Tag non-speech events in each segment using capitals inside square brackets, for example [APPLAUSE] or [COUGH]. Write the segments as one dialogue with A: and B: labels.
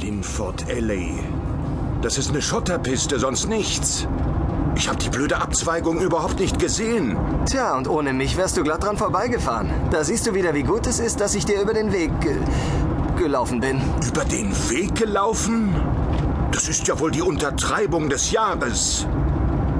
A: Linford Alley. Das ist eine Schotterpiste, sonst nichts. Ich habe die blöde Abzweigung überhaupt nicht gesehen.
B: Tja, und ohne mich wärst du glatt dran vorbeigefahren. Da siehst du wieder, wie gut es ist, dass ich dir über den Weg ge gelaufen bin.
A: Über den Weg gelaufen? Das ist ja wohl die Untertreibung des Jahres.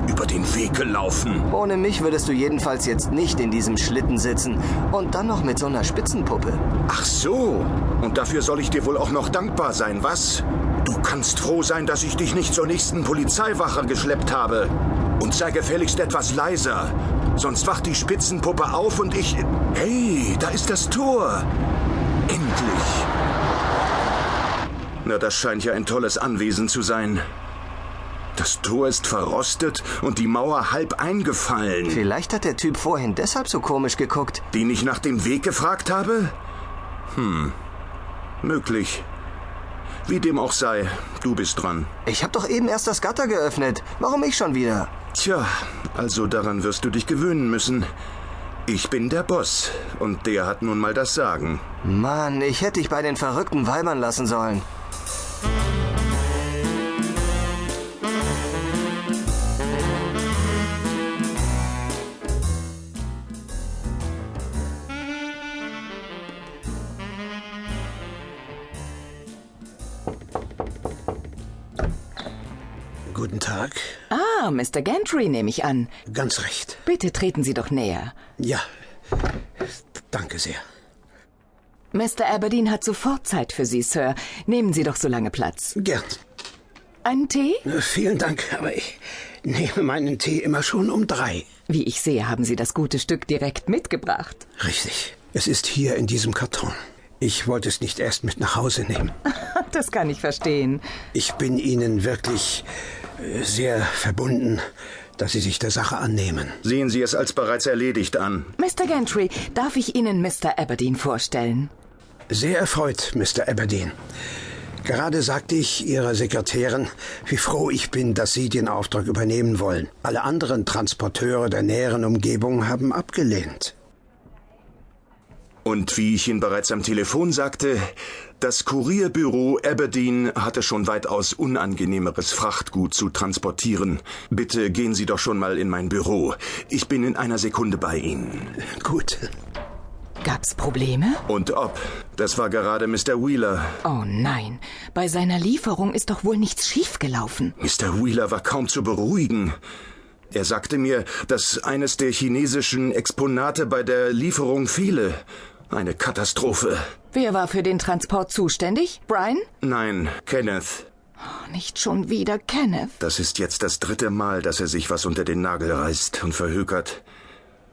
A: Über den Weg gelaufen.
B: Ohne mich würdest du jedenfalls jetzt nicht in diesem Schlitten sitzen. Und dann noch mit so einer Spitzenpuppe.
A: Ach so. Und dafür soll ich dir wohl auch noch dankbar sein, was? Du kannst froh sein, dass ich dich nicht zur nächsten Polizeiwache geschleppt habe. Und sei gefälligst etwas leiser. Sonst wacht die Spitzenpuppe auf und ich. Hey, da ist das Tor. Endlich. Na, das scheint ja ein tolles Anwesen zu sein. Das Tor ist verrostet und die Mauer halb eingefallen.
B: Vielleicht hat der Typ vorhin deshalb so komisch geguckt.
A: Den ich nach dem Weg gefragt habe? Hm. Möglich. Wie dem auch sei, du bist dran.
B: Ich hab doch eben erst das Gatter geöffnet. Warum ich schon wieder?
A: Tja, also daran wirst du dich gewöhnen müssen. Ich bin der Boss und der hat nun mal das Sagen.
B: Mann, ich hätte dich bei den verrückten Weibern lassen sollen.
C: Guten Tag.
D: Ah, Mr. Gentry nehme ich an.
C: Ganz recht.
D: Bitte treten Sie doch näher.
C: Ja. Danke sehr.
D: Mr. Aberdeen hat sofort Zeit für Sie, Sir. Nehmen Sie doch so lange Platz.
C: Gern.
D: Einen Tee?
C: Vielen Dank, aber ich nehme meinen Tee immer schon um drei.
D: Wie ich sehe, haben Sie das gute Stück direkt mitgebracht. [LAUGHS]
C: Richtig. Es ist hier in diesem Karton. Ich wollte es nicht erst mit nach Hause nehmen.
D: Das kann ich verstehen.
C: Ich bin Ihnen wirklich äh, sehr verbunden, dass Sie sich der Sache annehmen.
A: Sehen Sie es als bereits erledigt an.
D: Mr. Gentry, darf ich Ihnen Mr. Aberdeen vorstellen?
C: Sehr erfreut, Mr. Aberdeen. Gerade sagte ich Ihrer Sekretärin, wie froh ich bin, dass Sie den Auftrag übernehmen wollen. Alle anderen Transporteure der näheren Umgebung haben abgelehnt.
A: Und wie ich Ihnen bereits am Telefon sagte, das Kurierbüro Aberdeen hatte schon weitaus unangenehmeres Frachtgut zu transportieren. Bitte gehen Sie doch schon mal in mein Büro. Ich bin in einer Sekunde bei Ihnen.
C: Gut.
D: Gab's Probleme?
A: Und ob. Das war gerade Mr. Wheeler.
D: Oh nein, bei seiner Lieferung ist doch wohl nichts schiefgelaufen.
A: Mr. Wheeler war kaum zu beruhigen. Er sagte mir, dass eines der chinesischen Exponate bei der Lieferung fehle. Eine Katastrophe.
D: Wer war für den Transport zuständig? Brian?
A: Nein, Kenneth.
D: Oh, nicht schon wieder Kenneth.
A: Das ist jetzt das dritte Mal, dass er sich was unter den Nagel reißt und verhökert.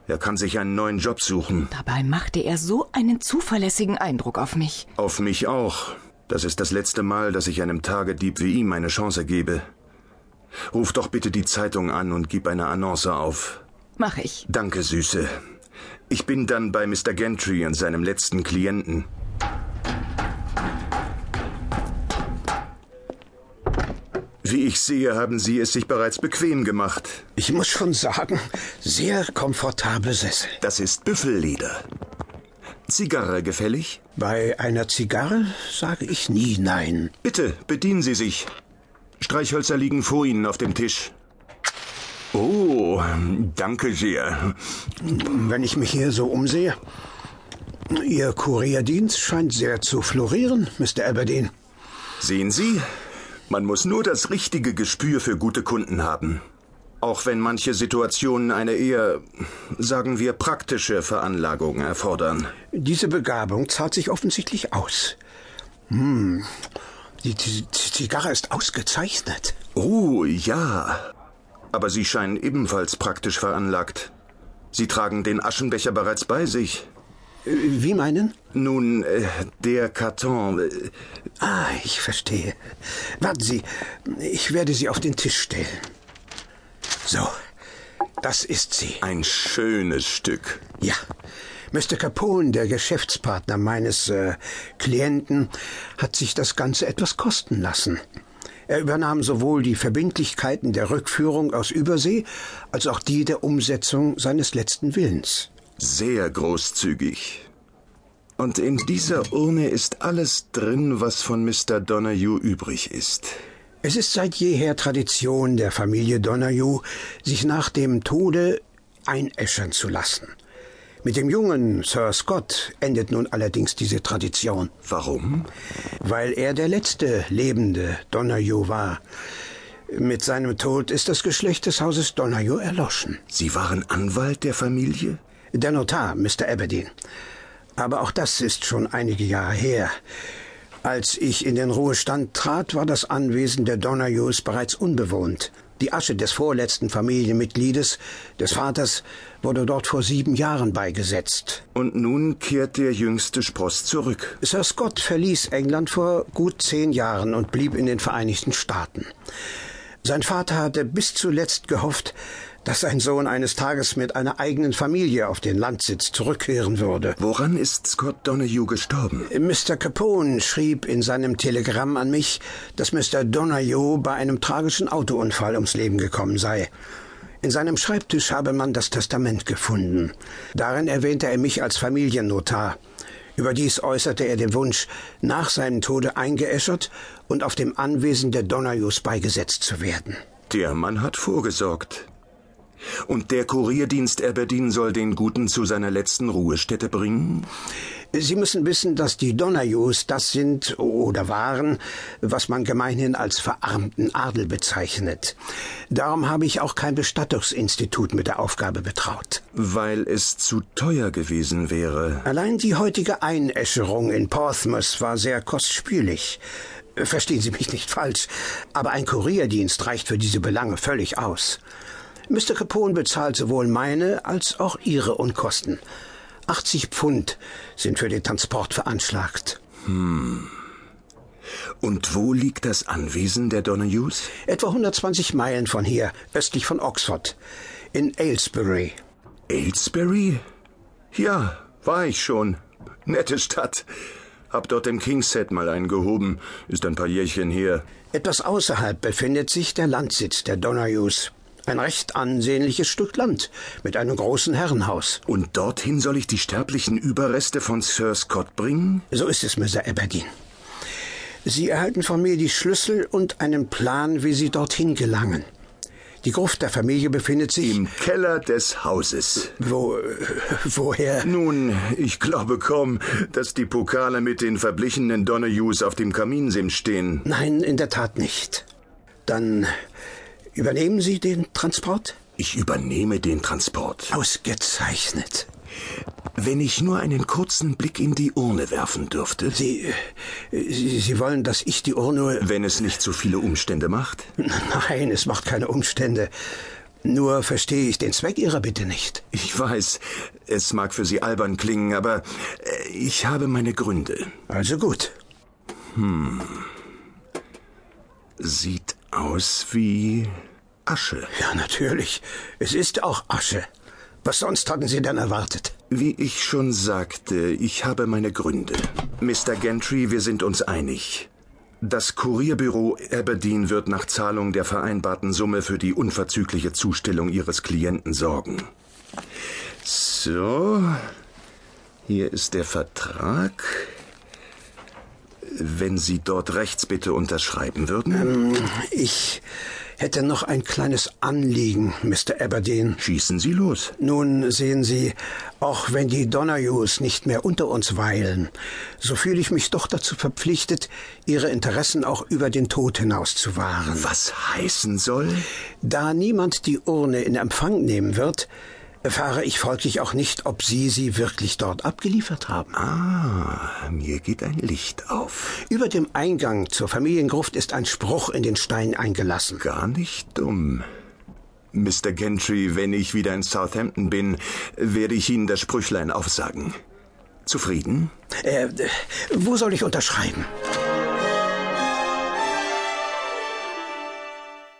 A: Er kann sich einen neuen Job suchen.
D: Dabei machte er so einen zuverlässigen Eindruck auf mich.
A: Auf mich auch. Das ist das letzte Mal, dass ich einem Tagedieb wie ihm eine Chance gebe. Ruf doch bitte die Zeitung an und gib eine Annonce auf.
D: Mach ich.
A: Danke, Süße. Ich bin dann bei Mr. Gentry und seinem letzten Klienten. Wie ich sehe, haben Sie es sich bereits bequem gemacht.
C: Ich muss schon sagen, sehr komfortable Sessel.
A: Das ist Büffelleder. Zigarre gefällig?
C: Bei einer Zigarre sage ich nie nein.
A: Bitte, bedienen Sie sich. Streichhölzer liegen vor Ihnen auf dem Tisch. Oh, danke sehr.
C: Wenn ich mich hier so umsehe. Ihr Kurierdienst scheint sehr zu florieren, Mr. Aberdeen.
A: Sehen Sie, man muss nur das richtige Gespür für gute Kunden haben. Auch wenn manche Situationen eine eher, sagen wir, praktische Veranlagung erfordern.
C: Diese Begabung zahlt sich offensichtlich aus. Hm, die Zigarre ist ausgezeichnet.
A: Oh, ja. Aber Sie scheinen ebenfalls praktisch veranlagt. Sie tragen den Aschenbecher bereits bei sich.
C: Wie meinen?
A: Nun, äh, der Karton. Äh,
C: ah, ich verstehe. Warten Sie, ich werde sie auf den Tisch stellen. So, das ist sie.
A: Ein schönes Stück.
C: Ja. Mr. Capone, der Geschäftspartner meines äh, Klienten, hat sich das Ganze etwas kosten lassen. Er übernahm sowohl die Verbindlichkeiten der Rückführung aus Übersee als auch die der Umsetzung seines letzten Willens.
A: Sehr großzügig. Und in dieser Urne ist alles drin, was von Mr. Donahue übrig ist.
C: Es ist seit jeher Tradition der Familie Donahue, sich nach dem Tode einäschern zu lassen. Mit dem jungen Sir Scott endet nun allerdings diese Tradition,
A: Warum?
C: weil er der letzte lebende Donahue war. Mit seinem Tod ist das Geschlecht des Hauses Donahue erloschen.
A: Sie waren Anwalt der Familie?
C: Der Notar, Mr. Aberdeen. Aber auch das ist schon einige Jahre her. Als ich in den Ruhestand trat, war das Anwesen der Donahues bereits unbewohnt. Die Asche des vorletzten Familienmitgliedes, des Vaters, wurde dort vor sieben Jahren beigesetzt.
A: Und nun kehrt der jüngste Spross zurück.
C: Sir Scott verließ England vor gut zehn Jahren und blieb in den Vereinigten Staaten. Sein Vater hatte bis zuletzt gehofft, dass sein Sohn eines Tages mit einer eigenen Familie auf den Landsitz zurückkehren würde.
A: Woran ist Scott Donahue gestorben?
C: Mr. Capone schrieb in seinem Telegramm an mich, dass Mr. Donahue bei einem tragischen Autounfall ums Leben gekommen sei. In seinem Schreibtisch habe man das Testament gefunden. Darin erwähnte er mich als Familiennotar. Überdies äußerte er den Wunsch, nach seinem Tode eingeäschert und auf dem Anwesen der Donahues beigesetzt zu werden.
A: Der Mann hat vorgesorgt. Und der Kurierdienst Aberdeen soll den Guten zu seiner letzten Ruhestätte bringen?
C: Sie müssen wissen, dass die Donahues das sind oder waren, was man gemeinhin als verarmten Adel bezeichnet. Darum habe ich auch kein Bestattungsinstitut mit der Aufgabe betraut.
A: Weil es zu teuer gewesen wäre.
C: Allein die heutige Einäscherung in Portsmouth war sehr kostspielig. Verstehen Sie mich nicht falsch, aber ein Kurierdienst reicht für diese Belange völlig aus. Mr. Capone bezahlt sowohl meine als auch Ihre Unkosten. 80 Pfund sind für den Transport veranschlagt.
A: Und wo liegt das Anwesen der Donahues?
C: Etwa 120 Meilen von hier, östlich von Oxford, in Aylesbury.
A: Aylesbury? Ja, war ich schon. Nette Stadt. Hab dort im Kingset mal eingehoben. Ist ein paar Jährchen her.
C: Etwas außerhalb befindet sich der Landsitz der Donahues. Ein recht ansehnliches Stück Land mit einem großen Herrenhaus.
A: Und dorthin soll ich die sterblichen Überreste von Sir Scott bringen?
C: So ist es, Mr. Aberdeen. Sie erhalten von mir die Schlüssel und einen Plan, wie Sie dorthin gelangen. Die Gruft der Familie befindet sich.
A: Im Keller des Hauses.
C: Wo. äh, woher?
A: Nun, ich glaube kaum, dass die Pokale mit den verblichenen Donahues auf dem Kaminsims stehen.
C: Nein, in der Tat nicht. Dann übernehmen Sie den Transport?
A: Ich übernehme den Transport.
C: Ausgezeichnet.
A: Wenn ich nur einen kurzen Blick in die Urne werfen dürfte.
C: Sie, Sie, Sie wollen, dass ich die Urne.
A: Wenn es nicht so viele Umstände macht.
C: [LAUGHS] Nein, es macht keine Umstände. Nur verstehe ich den Zweck Ihrer Bitte nicht.
A: Ich weiß, es mag für Sie albern klingen, aber äh, ich habe meine Gründe.
C: Also gut.
A: Sieht aus wie Asche.
C: Ja, natürlich. Es ist auch Asche. Was sonst hatten Sie denn erwartet?
A: Wie ich schon sagte, ich habe meine Gründe. Mr. Gentry, wir sind uns einig. Das Kurierbüro Aberdeen wird nach Zahlung der vereinbarten Summe für die unverzügliche Zustellung Ihres Klienten sorgen. So, hier ist der Vertrag. Wenn Sie dort rechts bitte unterschreiben würden.
C: Ich hätte noch ein kleines Anliegen, Mr. Aberdeen.
A: Schießen Sie los.
C: Nun sehen Sie, auch wenn die Donahues nicht mehr unter uns weilen, so fühle ich mich doch dazu verpflichtet, ihre Interessen auch über den Tod hinaus zu wahren.
A: Was heißen soll?
C: Da niemand die Urne in Empfang nehmen wird, erfahre ich folglich auch nicht, ob Sie sie wirklich dort abgeliefert haben.
A: Ah, mir geht ein Licht auf.
C: Über dem Eingang zur Familiengruft ist ein Spruch in den Stein eingelassen.
A: Gar nicht dumm. Mr. Gentry, wenn ich wieder in Southampton bin, werde ich Ihnen das Sprüchlein aufsagen. Zufrieden?
C: Äh, wo soll ich unterschreiben?